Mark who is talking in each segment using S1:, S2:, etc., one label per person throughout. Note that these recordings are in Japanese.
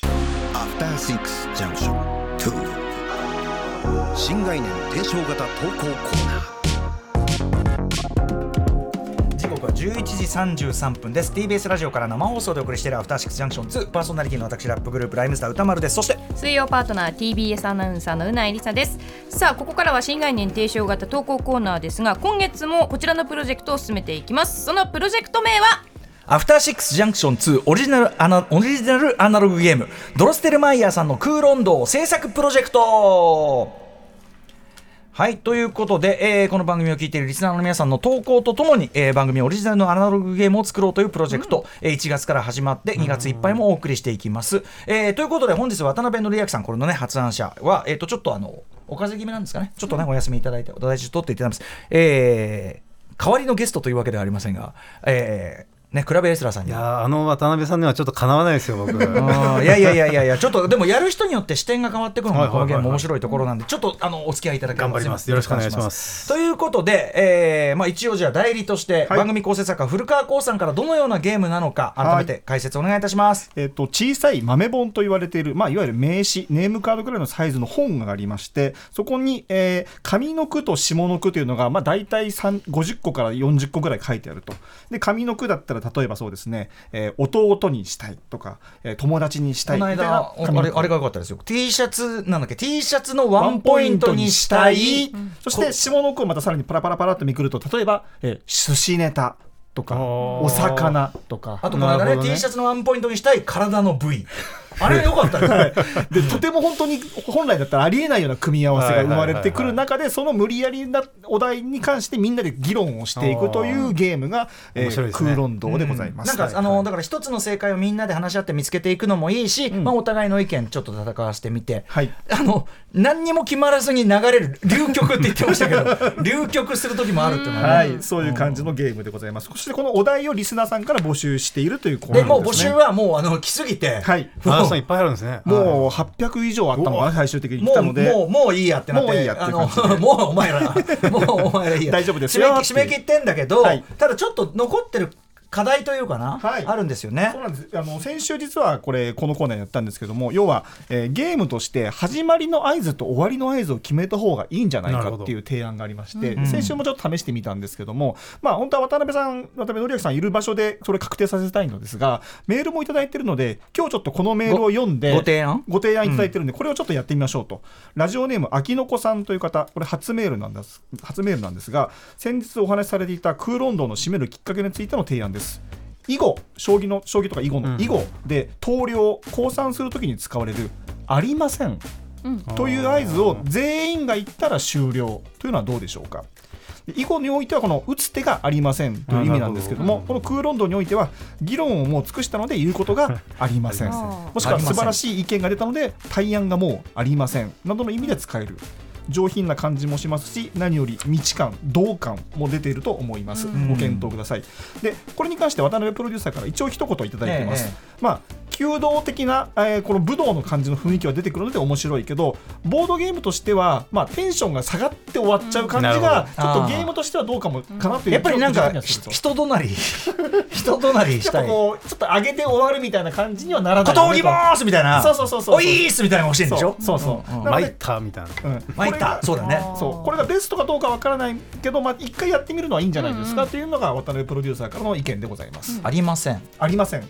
S1: ターシックスジャンクション2新概念提唱型投稿コーナー
S2: 時刻は11時33分です TBS ラジオから生放送でお送りしているアフターシックスジャンクション2パーソナリティの私ラップグループライムスター歌丸ですそして
S3: 水曜パートナー TBS アナウンサーのうないりさですさあここからは新概念提唱型投稿コーナーですが今月もこちらのプロジェクトを進めていきますそのプロジェクト名は
S2: アフターシックスジャンクション2オリジナルアナオリジナルアナログゲームドロステルマイヤーさんの空論道制作プロジェクトはいということで、えーこの番組を聞いているリスナーの皆さんの投稿とともに、えー番組オリジナルのアナログゲームを作ろうというプロジェクト、えー1月から始まって2月いっぱいもお送りしていきます。えーということで本日渡辺則明さんこれのね発案者は、えー、とちょっとあのお風邪気味なんですかねちょっとね、お休みいただいてお大事に取っていただきます。えー代わりのゲストというわけではありませんが、えーね、クラブエスラーさん
S4: い
S2: には
S4: やーあの渡辺さんにはちょっとかなわないですよ僕
S2: うんいやいやいやいやいや、ちょっとでもやる人によって視点が変わってくるの
S4: は
S2: が
S4: いは
S2: こ
S4: い
S2: の
S4: は
S2: ゲー
S4: い
S2: ム面白いところなんで、ちょっとあのお付き合いいただければ
S4: 頑張りますよろしくお願いします
S2: ということで、えーまあ、一応じゃあ代理として
S5: はい
S2: 番組構成作家古川光さんからどのようなゲームなのか改めて解説お願いいたします。
S5: えっと、小さい豆本と言われている、まあ、いわゆる名刺ネームカードくらいのサイズの本がありましてそこに、えー上の句と下の句というのが、まあ、大体3 50個から40個ぐらい書いてあるとで上の句だったら例えばそうですね、えー弟にしたいとか、えー友達にした
S2: こ
S5: い
S2: の
S5: みたいな
S2: 間おあれあれが良かったですよ T シャツなんだっけ T シャツのワンポイントにしたい
S5: そして下の句をまたさらにパラパラパラっとめくると例えば、えー寿司ネタとかお魚とか
S2: あとこの間
S4: な
S2: ね
S4: るほどね
S2: T シャツのワンポイントにしたい体の部位あれ良かったですね
S5: でとても本当に本来だったらありえないような組み合わせが生まれてくる中でその無理やりなお題に関してみんなで議論をしていくというゲームが「え
S4: 面白い
S5: ー
S4: ですね
S5: 空論道」でございます。
S2: なんかあのだから一つの正解をみんなで話し合って見つけていくのもいいし、まあ、お互いの意見ちょっと戦わせてみて、
S5: はい
S2: あの何にも決まらずに流れる流曲って言ってましたけ ど流曲する時もあるっていうのはね。
S5: はい、そういう感じのゲームでございます。そしてこのお題をリスナーさんから募集しているというコーナ
S2: で
S5: ーです、
S2: も
S5: ね。
S2: う募集はもうあの来すぎて、
S5: はい。
S4: あの人いっぱいあるんですね
S5: もう800以上あったのかな最終的に来
S2: も
S5: た
S2: う
S5: ので。
S2: もうもういいやってなって
S5: もういいやって
S2: あ
S5: 感
S2: の
S5: じで
S2: もうお前らもうお前らいいや
S5: 大丈夫ですよ
S2: 締め切締め切ってんだけど、
S5: はい
S2: ただちょっと残ってる課題というかな、
S5: はい
S2: あるんですよね
S5: そう。なんですあの先週実はこれこのコーナーやったんですけども要は、えーゲームとして始まりの合図と終わりの合図を決めた方がいいんじゃない
S4: なる
S5: か
S4: ほど
S5: っていう提案がありまして、
S2: ん
S5: 先週もちょっと試してみたんですけども、まあ本当は渡辺さん渡辺則明さんいる場所でそれ確定させたいのですがメールもいただいてるので今日ちょっとこのメールを読んで
S2: ごご提案
S5: ご提案いただいてるんで、これをちょっとやってみましょうとラジオネームあきのこさんという方これ初メールなんです初メールなんですが先日お話しされていた空論道の締めるきっかけについての提案です囲碁将棋の将棋とか囲碁の囲碁で投了降参するときに使われるありませんという合図を全員が言ったら終了というのはどうでしょうかで囲碁においてはこの打つ手がありませんという意味なんですけどもこの空論道においては議論をもう尽くしたので言うことがありませ
S3: あ
S5: ん
S3: りません
S5: もしくは素晴らしい意見が出たので対案がもうありませんなどの意味で使える上品な感じもしますし何より道感道感も出ていると思います
S2: ん
S5: ご検討くださいでこれに関して渡辺プロデューサーから一応一言いただいてます、
S2: ええ
S5: まあ弓道的な、えーこの武道の感じの雰囲気は出てくるので面白いけどボードゲームとしては、まあ、テンションが下がって終わっちゃう感じ
S4: うんな
S5: が、
S4: る
S5: ちょっ
S2: あ
S5: と
S2: ー
S5: ゲームとしてはどうかもかなという
S2: やっぱりなん
S5: 気
S2: か
S5: がす
S2: ひ
S5: るんですよ
S2: 人となり 人となりし
S5: や
S2: た
S5: っぱ
S2: い。
S5: こうちょっと上げて終わるみたいな感じにはならない
S2: 断り
S5: よね
S2: ますみたいな。
S5: そうそうそうそう
S2: おいーっすみたいなのが欲しいんでしょ。
S5: そうそうそう、
S2: んん
S5: なの
S4: 参
S5: で
S4: ったみたいな
S5: うん
S2: 参った。そうだね。
S5: そうこれがベストかどうかわからないけど、まあ、一回やってみるのはいいんじゃないですかというのが渡辺プロデューサーからの意見でございます。
S2: ありません。
S5: ありません。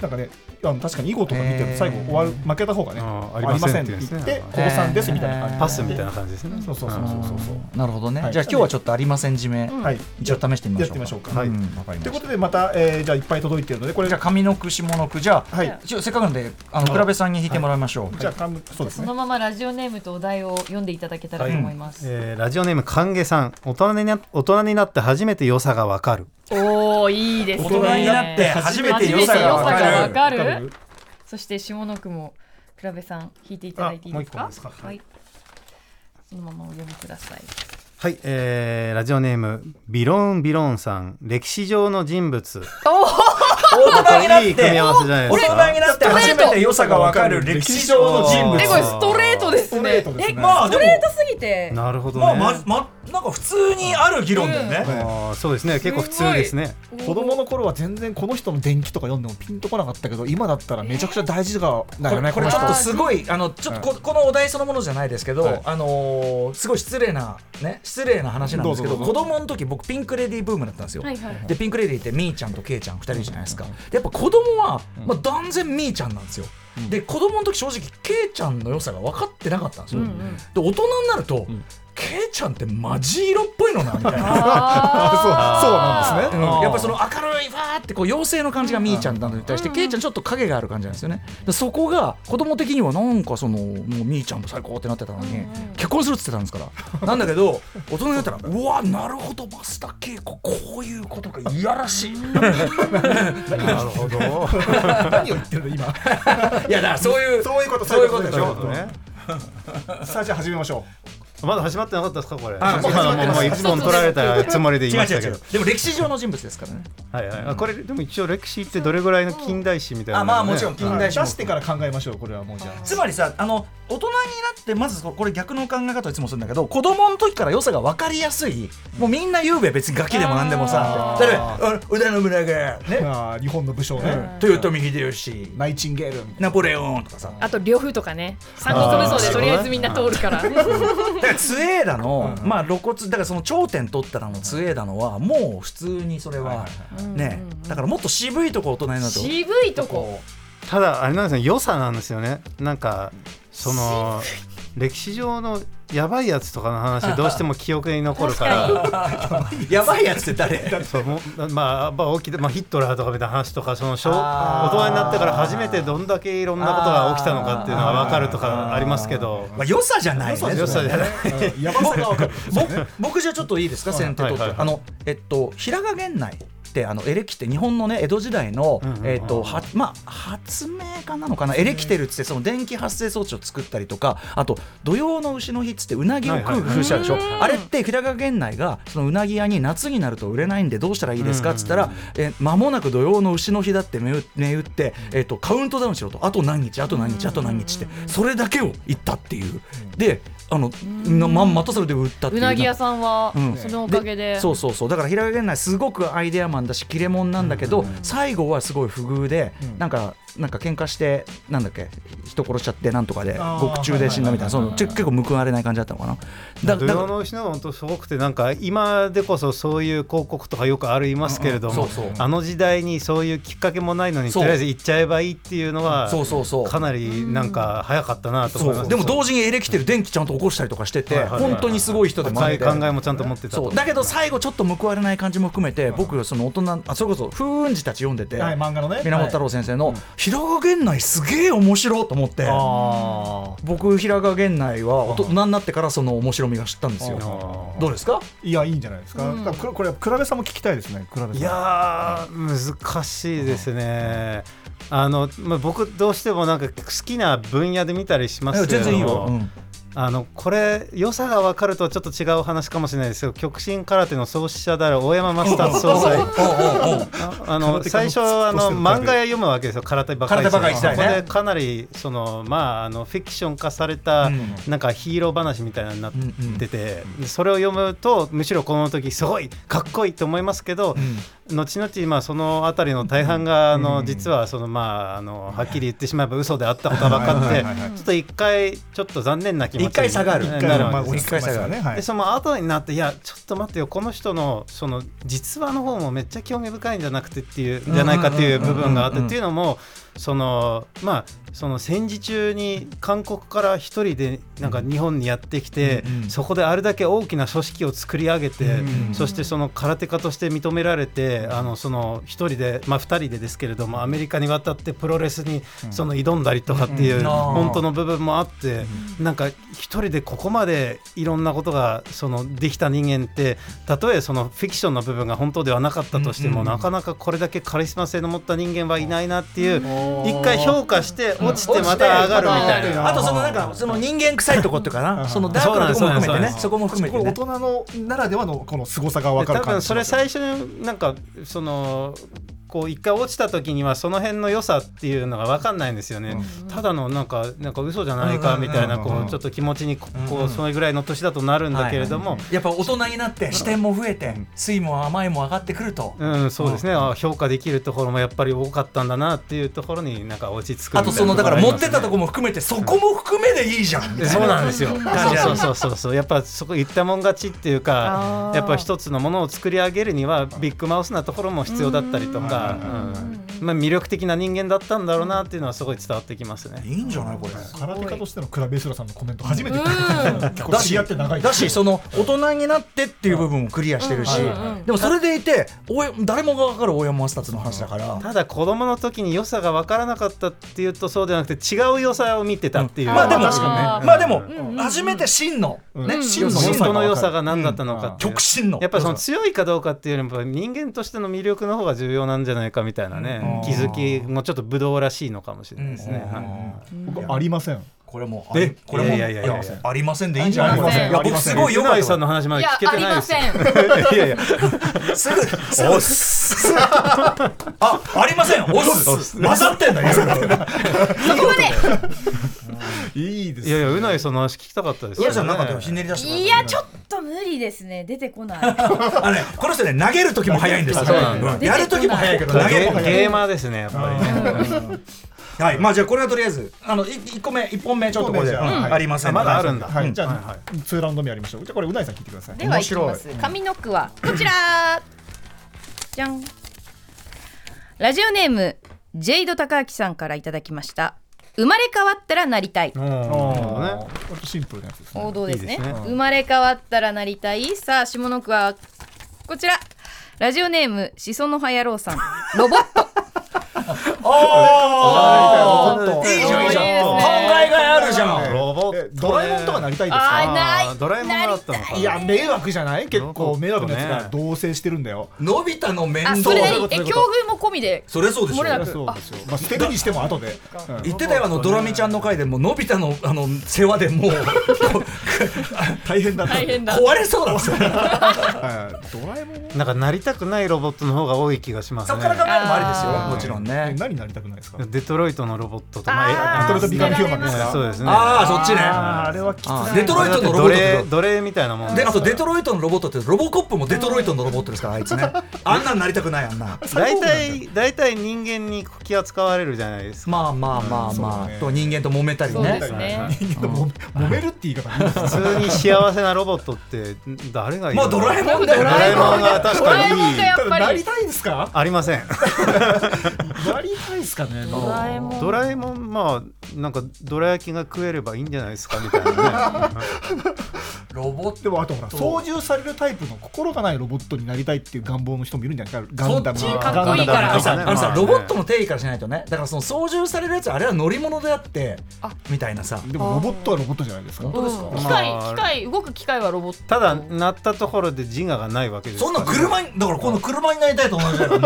S5: なんかね、あの確かに囲碁とか見てる
S2: へー
S5: と最後終わる負けた方がね、
S4: あー
S5: あ
S4: あり
S5: りま
S4: ま
S5: せ
S4: せ
S5: ん
S4: ん
S5: っ
S4: ってて言う
S5: 言っ
S4: んですね
S5: て、高三ですみたいな
S2: へ
S5: 感じ
S2: ー
S5: で。
S4: パスみたいな感じですね
S5: そうそうそうそうそうそう。
S2: なるほどね。
S5: はい
S2: じゃあ今日はちょっとありません締め。
S5: はい、
S2: 一応試してみましょうか。
S5: やってみましょうか
S2: は。
S5: はいい
S2: うんわかりま
S5: という
S2: し
S5: ことでまた、えーじゃあいっぱい届いてるのでこ
S2: た。じ
S5: れじ
S2: ゃあ
S5: ゃ
S2: 上の句下の句じゃあ。
S5: はい
S2: ちょせっかくなんであの倉部さんに弾いてもらいましょう。
S5: じゃあかんそうです
S3: そ
S5: ね
S3: の。ままラジオネームとお題を読んでいただけたらと思います、
S4: えーラジオネーム歓迎さん大人にな大人になって初めて良さがわかる
S3: おおいいですね
S2: 大人になって初めて良さがわかる
S3: 初めて良さがわかる
S5: わかる
S3: そして下の句も倉部さん弾いていただいていいですか
S4: あもう一個ですか
S3: はい、そのままお読みください
S4: はい、えーラジオネームビローンビローンさん歴史上の人物
S2: 大人になっ
S4: いい組み
S2: て。
S4: 合わせじゃないで
S2: 大
S4: す
S2: 人
S4: か
S2: になって初めて良さがわかる歴史上の人
S4: え
S3: え
S2: 物。
S3: これストレートです
S5: スト
S3: ね
S5: レートですね
S3: え
S2: まあ
S3: ス
S2: で
S3: ト
S2: も
S3: レートすぎて
S4: なるほどね、
S2: まあままなんか普通にある議論だよね、
S4: あーそうですね結構普通ですね
S5: 子供の頃は全然この人の伝記とか読んでもピンとこなかったけど今だったらめちゃくちゃ大事がだよね
S2: これ
S5: の
S2: ちょ
S5: 人
S2: っとすごいあのちょっとこ,、このお題そのものじゃないですけど、
S5: はい
S2: あのーすごい失礼なね失礼な話なんですけど
S5: どうぞ
S2: 子
S5: どうぞ
S2: 供の時僕ピンクレディーブームだったんですよ、
S3: はいはい
S2: でピンクレディーってみーちゃんとけいちゃん2人じゃないですかでやっぱ子供は、まあ、断然みーちゃんなんですよ、で子供の時正直けいちゃんの良さが分かってなかったんですよ、
S3: うんうん
S2: で大人になると、けいちゃんってマジ色っぽいのなみたい な
S5: あそうそうなんですね
S2: うんやっぱりその明るいわーってこう妖精の感じがみーちゃんなのに対して、けいちゃんちょっと影がある感じなんですよねでそこが子供的にはなんかそのもうみーちゃんも最高ってなってたのに、結婚するっつってたんですからなんだけど大人になったらうわなるほど増田恵子こういうことがいやらしいい
S4: なるほど
S5: 何を言っ てるの今
S2: やだからそう いう
S5: そういうこと
S2: そういうことでし
S5: そうい
S2: ょ
S5: うことねさあじゃあ始めましょ
S4: まだ始まってなかったですかこれ
S2: あ
S4: もう
S2: 始まってます
S4: もう一本取られたつもりで言いましたけど
S2: でも歴史上の人物ですからね
S4: はいはいあこれでも一応歴史ってどれぐらいの近代史みたいなのがね
S2: あまあもちろん
S5: う、
S2: 近代史
S5: 出してから考えましょうこれはもうじゃあ
S2: つまりさあの大人になってまずここれ逆の考え方をいつもするんだけど子供の時から良さが分かりやすいもうみんな言うべ別にガキでも何でもさ
S5: あー
S2: 例えばあ「織田信長」ね
S5: あー日本の武将ね
S2: 「豊臣秀吉」
S5: ナイチンゲールみたい
S2: 「ナポレオン」とかさ
S6: あと両夫とかね三国武装でとりあえずみんな通るから
S2: だから杖枝のまあ露骨だからその頂点取ったらの杖枝のはもう普通にそれはねだからもっと渋いとこ大人になると
S6: 渋いとこ
S4: ただあれなんですよ良さなんですよねなんかそ の歴史上のやばいやつとかの話でどうしても記憶に残るから
S2: やばいやつって誰
S4: そうもうまあ、まあ、大きなまあ、ヒットラーとかみたいな話とかその小
S2: あ
S4: 大
S2: ー
S4: 人になってから初めてどんだけいろんなことが起きたのかっていうのが分かるとかありますけど
S2: まあ良さじゃないね
S4: 良さじゃない
S5: な、うん、やばさが分かる
S2: 僕僕じゃちょっといいですか先手取って、
S4: はいはいはい
S2: あのえっと平賀源内ってあのエレキテ日本のね江戸時代の、
S4: うんうんうん
S2: えっとはまあ発明家なのかなエレキテルっつってその電気発生装置を作ったりとかあと土用の牛の日っつってうなぎを食う風車でしょ、
S6: はいはいはい
S2: あれって平賀源内がそのうなぎ屋に夏になると売れないんでどうしたらいいですかっつったら、え間もなく土用の牛の日だって銘打銘打って、えっとカウントダウンしろとあと何日あと何日あと何日ってそれだけを言ったっていうであのなまんまたそれで売ったっていう
S6: うなぎ屋さんは
S2: うん
S6: そのおかげで
S2: そうそうそうだから平賀源内すごくアイデアマンだし切れ者なんだけど、最後はすごい不遇で、なんかなんか喧嘩してなんだっけ人殺しちゃってなんとかで
S5: あー
S2: 獄中で死んだみたいなそのちょ結構報われない感じだったのかなだ
S4: 土
S2: だ
S4: 曜の牛の本当すごくてなんか今でこそそういう広告とかよくありますけれど
S2: う
S4: も
S2: んうんそうそう
S4: あの時代にそういうきっかけもないのに
S2: そ
S4: と
S2: う
S4: りあえず行っちゃえばいいっていうのは
S2: そうそうそう
S4: かなりなんか早かったなと思いま
S2: そう
S4: す
S2: でも同時にエレキテル電気ちゃんと起こしたりとかしてて、
S4: はいはいはい
S2: 本当にすごい人でもあ
S4: 深
S2: っ
S4: い
S2: て
S4: 考えもちゃんと持ってた
S2: そ
S4: と
S2: うだけど最後ちょっと報われない感じも含めて、僕その大人あそれこそ風雲児たち読んでて、
S5: はい漫画のね
S2: 源太郎先生の、平賀源内すげえ面白いと思って。
S5: あ
S2: 僕平賀源内は大人になってからその面白みが知ったんですよ
S4: あ
S2: どうですか
S5: ーいやいいんじゃないですか,、だからこれこれ倉部さんも聞きたいですね倉部さん
S4: いやー難しいですね。あのまあ、僕どうしてもなんか好きな分野で見たりしますけれども
S2: うん
S4: あのこれ良さが分かるとちょっと違う話かもしれないですけど極真空手の創始者である大山マスター総裁ああの最初はあの
S5: 空手家の突っ越してる空手
S4: 漫画や読むわけですよ空手ばかり
S2: 空手ばかり時代ね
S4: そこでかなりその、まあ、あのフィクション化された
S2: うん
S4: なんかヒーロー話みたいなのになってて、でそれを読むとむしろこの時すごいかっこいいと思いますけど、後々まあその辺りの大半があの実はそのまああのはっきり言ってしまえば嘘であったことが分かっ
S5: はい
S4: て
S5: はいはいはい
S4: ちょっと一回ちょっと残念な気持ちに
S2: 一回下がる
S4: な
S5: 一
S4: な
S5: 回
S4: る
S5: ま
S4: わ
S5: あ
S4: けです
S5: 落ち着きましたからねは
S4: で
S5: い
S4: その後になっていやちょっと待ってよこの人のその実話の方もめっちゃ興味深いんじゃなくてっていうじゃないかっていう部分があっ
S2: うんうんうんうんうん
S4: てっていうのもそのまあその戦時中に韓国から一人でなんか日本にやってきて
S2: うんうん
S4: そこであれだけ大きな組織を作り上げて
S5: うん
S4: そしてその空手家として認められてあのその一人でまあ二人でですけれどもアメリカに渡ってプロレスにその挑んだりとかっていう
S2: うんあー
S4: 本当の部分もあってなんか一人でここまでいろんなことがそのできた人間ってたとえそのフィクションの部分が本当ではなかったとしてもなかなかこれだけカリスマ性の持った人間はいないなっていう一回評価して落ちてまた上がるみたいな。
S2: あとそのなんかその人間臭いとこっていうか なそのダークなとこも含めてねそこも含め
S5: こ
S2: て
S5: れ大
S2: ね
S5: 人のならではのこの凄さが
S4: で
S5: 分か
S4: 多
S5: る感
S4: 分
S5: じ
S4: それ最初になんかそのこう一回落ちた時にはその辺の良さっていうのが分かんないんですよね、ただのなんかなんか嘘じゃないかみたいな
S5: うんうんうん
S4: こ
S5: うん
S4: うちょっと気持ちにここうそれぐらいの年だとなるんだけれども、
S2: やっぱ大人になって視点も増えて水も甘いも上がってくると、
S4: うん、そうですね、あ評価できるところもやっぱり多かったんだなっていうところになんか落ち着く
S2: あとそのだから持ってたとこ
S4: も
S2: も含めてそこも含めでいいじゃんみたいな
S4: そうなんですよ
S2: 感じある
S4: そうそうそうそうやっぱそこ言ったもん勝ちっていう
S3: あ
S4: か
S3: ー
S4: やっぱ一つのものを作り上げるにはビッグマウスなところも必要だったりとかうんまあ魅力的な人間だったんだろうなっていうのはすごい伝わってきますね。
S2: いいんじゃないこれ
S7: 空手家としてのクラベスラさんのコメント初めて聞い
S6: うん
S7: た結構知り合って長い
S2: だしその大人になってっていう部分もクリアしてるし、でもそれでいて応援誰もが分かる応援マスターズの話だから、
S4: ただ子供の時に良さが分からなかったっていうとそうではなくて違う良さを見てたっていう、
S2: まあでも
S6: あー確かにね
S2: まあでも、
S6: うんうん
S2: 初めて真の、ね
S6: うん
S2: 真の
S4: 本当の良さ
S2: が
S4: が何だったのかっていう
S2: 極真の
S4: やっぱりその強いかどうかっていうよりもやっぱ人間としての魅力の方が重要なんじゃないかみたいなね、
S2: うん
S4: 気づきもちょっとブドウらしいのかもしれないですね。
S2: うん
S4: はい
S7: 僕ありません
S2: これも
S4: え
S2: これも
S4: いやいやいやいや
S2: いやありませんでいいんじゃない
S6: ありません
S2: いや僕すごいよか
S4: うな
S2: っ
S4: いさ
S2: た
S4: んの話ま
S6: い
S4: で
S6: や
S4: 聞け
S6: あ
S4: て
S6: り
S4: ない
S6: ま
S4: です
S6: せん。
S4: いやいや
S2: すぐすぐすぐあありませんおっす混ざってんだよ
S6: そこまで。
S5: いいです
S4: いやいやうないさんの話聞きたかったですよ、
S2: 嫌
S4: ね。
S2: じゃなかったよひねり出して
S8: いやちょっと無理ですね出てこない
S2: あのねこの人ね投げる時も早いんですよ
S4: あそうなんだ
S2: うんやる時も早いけど
S4: ゲ
S2: 投げる時も
S4: ー
S2: 早い
S4: ゲーマーですねやっぱりね。
S2: はいまあじゃあこれはとりあえずあのい一個目一本目ちょっとこれで
S7: 一
S2: うん
S7: 本目じゃあはい
S2: ありません
S4: あまだあるんだ。
S7: はい、じゃあ、
S4: はいはい
S7: 2ラウンド目やりましょう。じゃあ、これ、うないさん聞いてください。
S6: ではいきます。上の句はこちら。
S3: じゃんラジオネームジェイド高明さんからいただきました生まれ変わったらなりたい
S4: うんなるほどね。
S7: 割とシンプルなやつですね。
S3: 王道ですね
S4: いいですね
S3: 生まれ変わったらなりたいさあ下の句はこちらラジオネームしそのはやろうさんロボット
S2: あ
S4: ロボッ
S2: ー
S4: ト
S2: いいじゃんいいじゃん
S6: ロ
S2: 考
S6: ボット
S2: えがいあるじゃん
S4: ロボ
S7: え
S4: ットね
S7: ドラえもんとかなりたいです
S6: あ
S7: か
S6: ーない
S4: あードラえもんだったのか。
S7: いや、迷惑じゃない結構、迷惑なやつが
S4: ね
S7: 同棲してるんだよ。
S2: のび太の面
S6: あ
S2: 倒
S6: それなり
S7: そう
S6: え
S7: そういうことそういう
S6: 境
S7: こ
S6: 遇も込みで。
S2: それそうでし
S6: 漏れな
S2: ょ
S6: く
S7: そうですよ。まあ、捨てるにしても後で。うん
S2: 言ってたよあのドラミちゃんの回でものび太のあの世話でもう こ
S7: 大変だった。
S6: 大変だ。
S2: 壊れそうだもんそれ
S7: はいドラえもん
S4: なんかなりたくないロボットの方が多い気がします
S2: そ
S4: ね
S2: こ。から考えるのもありですよ
S6: あ
S2: もちろん
S7: え
S2: ね
S7: 何になりたくないですか
S4: デトロイトのロボットと
S6: あ
S4: ま
S6: ー
S4: あ
S7: アトロイトビカムヒューマンです
S4: え
S7: か
S4: そうですね。
S2: ああそっちね
S7: あーあれはきつ
S2: あ
S7: い。
S2: デトロイトのロボ
S4: 奴
S2: ッ
S4: 隷
S2: トと
S4: 奴隷みたいなもん
S2: であとデトロイトのロボットってロボコップもデトロイトのロボットですからあいつねあんなんなりたくないあんな
S4: 大体大体人間に気扱われるじゃないですか
S2: まあまあまあまあ、
S7: そうね
S2: と人間と揉めたり
S6: そうで
S2: ね
S6: すね。
S7: 人間とも揉めるって言い方いいですね
S4: 普通に幸せなロボットって誰がいる
S2: まあドラえ
S4: ん
S2: もんだ
S6: ド
S2: よ
S4: ドラえもんが確
S6: ドラ
S4: か
S6: え
S4: に
S6: もんがや
S7: た
S6: っ
S7: だ
S6: ぱ
S7: な
S6: り
S7: り。たいですか
S4: ありません
S7: なりたいですかね。
S3: ドラえもん
S4: ドラえもんまあなんかドラ焼きが食えればいいんじゃないですかみたいな ね
S2: ロボッ
S7: で
S2: ト
S7: もあとほら操縦されるタイプの心がないロボットになりたいっていう願望の人もいるんじゃないですかガンダム
S6: そっち
S7: ガンダ
S6: かっこいい
S7: ム
S6: から
S2: あのさ,、あのさ
S4: まあね
S2: ロボットの定義からしないとねだからその操縦されるやつあれは乗り物であってみたいなさ
S7: でもロボットはロボットじゃないですか
S6: うん
S4: か
S6: 機
S4: まあ
S6: 械機械動く機械はロボット。
S4: ただ鳴ったところで自我がないわけです
S2: そ
S4: か
S2: ん
S4: ら
S2: な車にだからこの車になりたいと同じだよ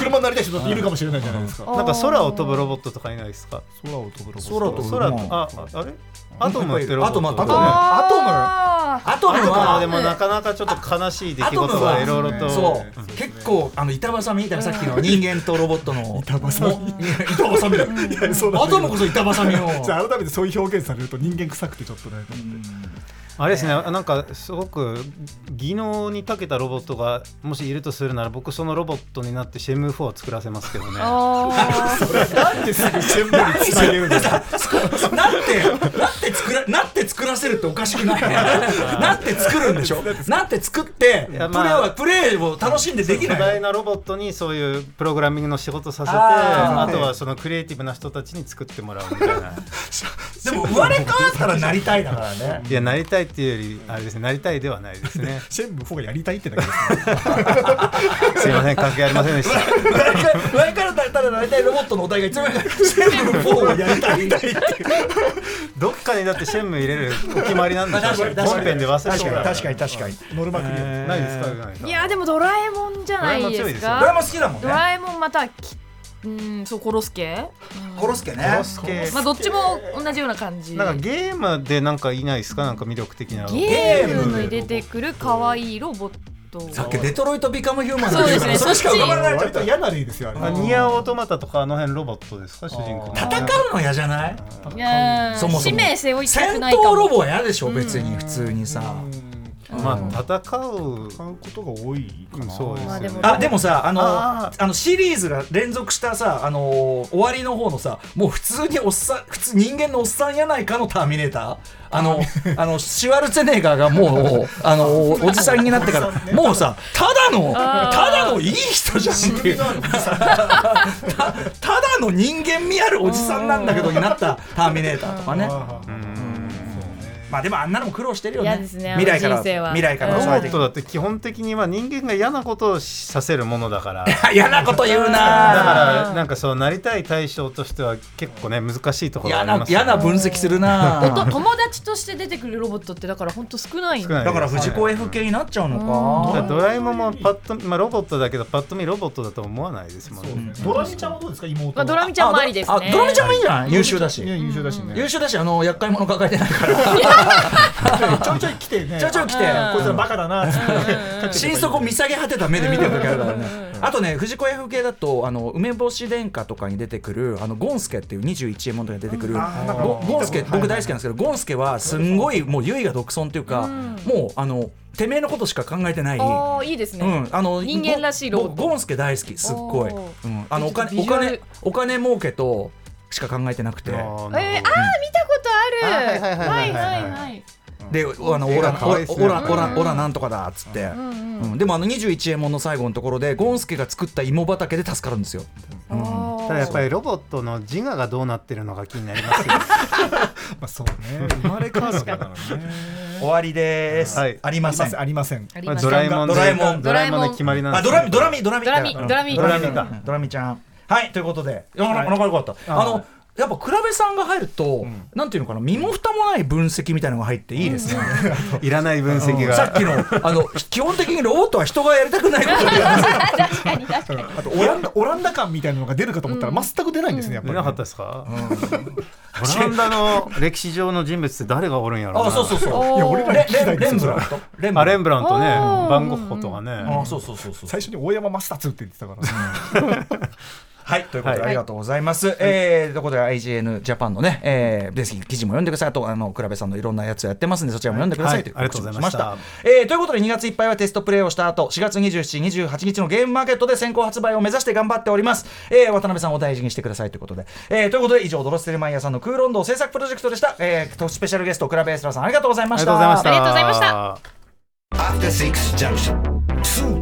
S7: 車になりたい人だっているかもしれないじゃないですか
S4: なんか空を飛ぶロボットとかいないですか
S7: 空を飛ぶロボット
S2: 空を飛ぶ
S4: 空
S2: うん
S4: あああれアトムやってるロボット
S2: アトムアトム
S7: アトム
S2: アトム
S4: アトムはで
S2: は
S4: もなかなかちょっと悲しい出来事
S2: アトムは
S4: がいろいろと
S2: そう、結構あの板挟みだからさっきの人間とロボットの板挟み板挟みだよ
S7: いやそうなんだ
S2: アトムこそ板挟 みを
S7: じゃあ改めてそういう表現されると人間臭くてちょっとねと思って
S4: あれですね、なんかすごく技能に長けたロボットがもしいるとするなら僕そのロボットになってシェム4を作らせますけど ね
S6: あー
S7: なんですぐ全部につなげるんだよ
S2: なってなって作らなって作らせるっておかしくないなって作るんでしょなって作ってプレ
S4: や
S2: ー
S4: まあ
S2: はプレーを楽しんででき
S4: 巨
S2: ない
S4: 大なロボットにそういうプログラミングの仕事させて
S2: あ
S4: あ
S2: ー
S4: とはそのクリエイティブな人たちに作ってもらうみたいな
S2: でも生まれ変わったらなりたいだから ね
S4: いやなりたいっていうよりあれですねなりたいではないです ね
S7: シェンム4がやりたいってだけです
S4: すいません関係ありませんでした
S2: 生まれ変わ生まれ変わったらなりたいロボットのお題が一番全部4をやりたいっていう
S4: どっかにだってシェム入れるお決まりなんでしょ
S2: 確かに確か
S4: 本
S2: に
S4: 編で忘れ
S2: 確
S4: そう
S2: か
S4: だ
S2: に確かに確かに
S7: ノルマクリア
S4: ないですかうないさん
S6: いやでもドラえもんじゃない
S4: ドラえもん強い
S6: で
S4: ですすよ
S2: ドラえ
S6: か。
S2: もん好きだもん
S6: ド
S2: ね
S6: ラえもんまたきうんそう殺す系。
S2: 殺すけね
S4: コロスケ
S6: まあどっちも同じような感じ。
S4: なんかゲームでなんかいないですかなんか魅力的なロボット
S6: ゲームに出てくる可愛いロボッと
S2: さっきデトロイト・ビカム・ヒューマン
S6: そうですね
S2: それしか浮かばない
S5: 割と嫌な例ですよあれ
S4: あニアオートマタとかあの辺ロボットですか主人公
S2: 戦うの嫌じゃない
S8: いやー
S2: そもそも
S8: 使命性を言いたく
S2: 戦
S8: ないか
S2: 闘
S8: も
S2: ロボは嫌でしょ別に普通にさ
S4: まあ戦う
S5: 買うことが多いか
S4: うん
S5: な
S4: そうですよね
S2: あでもさあのあ
S4: あ
S2: のシリーズが連続したさあの終わりの方のさもう普通におっさん普通人間のおっさんやないかのターミネーターあ のあのシュワルツェネッガーがもうあのおじさんになってからもうさただの
S6: あー
S2: ただのいい人じゃんっていう たただの人間味あるおじさんなんだけどになったターミネーターとかね。まあでもあんなのも苦労してるよね
S6: 嫌ですねあの
S2: 未来から
S6: 人生は
S2: 未来から
S4: ロボ
S2: 抑えて
S4: ットだって基本的には人間が嫌なことをしさせるもの だからだか
S2: 嫌なこと言うな
S4: らなんかそうなりたい対象としては結構ね難しいところが
S2: 嫌
S4: あり
S2: な
S4: ますよ
S2: 嫌な分析する
S6: お
S2: な
S6: と友達として出てくるロボットってだから本当少ないん
S4: 少
S6: だ
S4: ない
S2: だから
S4: です
S2: 藤子 F 系になっちゃうの
S4: だから
S2: か
S4: ドラえもんもパッと、まあ、ロボットだけどパッと見ロボットだと思わないですもんね。
S7: ドラミちゃんはどうですか妹は
S6: まあドラミちゃんもありです
S2: あ
S6: ね
S2: ドラミちゃんもいいんじゃない優秀だし
S7: ね優秀だしね、
S2: 優秀だしあの厄介者抱えてないから
S7: ちょいちょい来てね
S2: ちょいちょい来て
S7: こいつらバカだ なっつって
S2: 心底見下げ果てた目で見てる時あるからねあとね藤子 F 系だとあの梅干し殿下とかに出てくるあのゴンスケっていう21円もとかに出てくるゴゴンスケ僕大好きなんですけどゴンスケはすんごいもう唯我独尊っていうかもうあのてめえのことしか考えてない
S6: あーいいですね、
S2: うん、あの
S6: 人間らしいロボット
S2: ゴゴンスケ大好きすっごい、
S6: おー
S2: うん、あのお
S6: ちょっと
S2: 金
S6: ビ
S2: お
S6: ジュアル
S2: 金お金儲けとしか考えてなくて
S6: えー、あー見たことある
S4: あはいはいはいはいはい
S6: い
S2: であのオ
S4: 映画
S2: ラ
S4: 可愛いっすね
S2: オラオラオラなんとかだっつって、うんでもあの21エモンの最後のところでゴンスケが作った芋畑で助かるんですよ、うん
S4: ただやっぱりロボットの自我がどうなってるのが気になります よね。
S7: まあそうね生まれ変わるわけだからね
S2: 終わりです、
S4: はい
S2: ありません
S7: ありません
S6: あり
S4: まあ
S6: ま
S4: ドラえもんで
S2: ドラえもん
S4: ドラえもんの決まりなんで
S2: あ
S4: すけ
S2: ド
S4: ど
S2: ラミドラミドラミ
S6: ドラミドラミ
S2: ドラミ
S4: ドラミ
S2: ドラミちゃんはいということでいやお腹お腹よかったあのやっぱ倉部さんが入ると、なんていうのかな身も蓋もない分析みたいなのが入っていいですね、
S4: いらない分析が。
S2: さっきのあの基本的にロボットは人がやりたくないこと で
S8: 確かに確かに
S7: あとオランダオランダ感みたいなのが出るかと思ったら全く出ないんですねやっぱ
S4: 出
S7: り
S4: なかったですか、 オランダの歴史上の人物って誰がおるんやろな
S2: あそうそうそう
S6: いや俺ら
S2: レレレンブラントレンブ
S4: あ
S2: ラ
S4: レ
S2: ン
S4: ンブラントね
S6: おー
S4: バンゴッホとかね、
S2: トあそうそうそうそう
S7: 最初に大山マスタツって言ってたから
S2: はいということで
S4: はい
S2: ありがとうございます、えーということで IGN ジャパンのね、えー、です記事も読んでくださいあとあの倉部さんのいろんなやつをやってますんでそちらも読んでください、
S4: はい
S2: という
S4: ありがとうございました
S2: 告知もえーということで2月いっぱいはテストプレイをした後4月27、28日のゲームマーケットで先行発売を目指して頑張っております、えー渡辺さんを大事にしてくださいということで、えーということで以上ドロステルマイヤーさんの空論道制作プロジェクトでした、えーとスペシャルゲスト倉部エスラさんありがとうございま
S4: あり
S2: し
S4: がとうございました
S6: ありがとうございました
S1: アフターシックスジャンクション2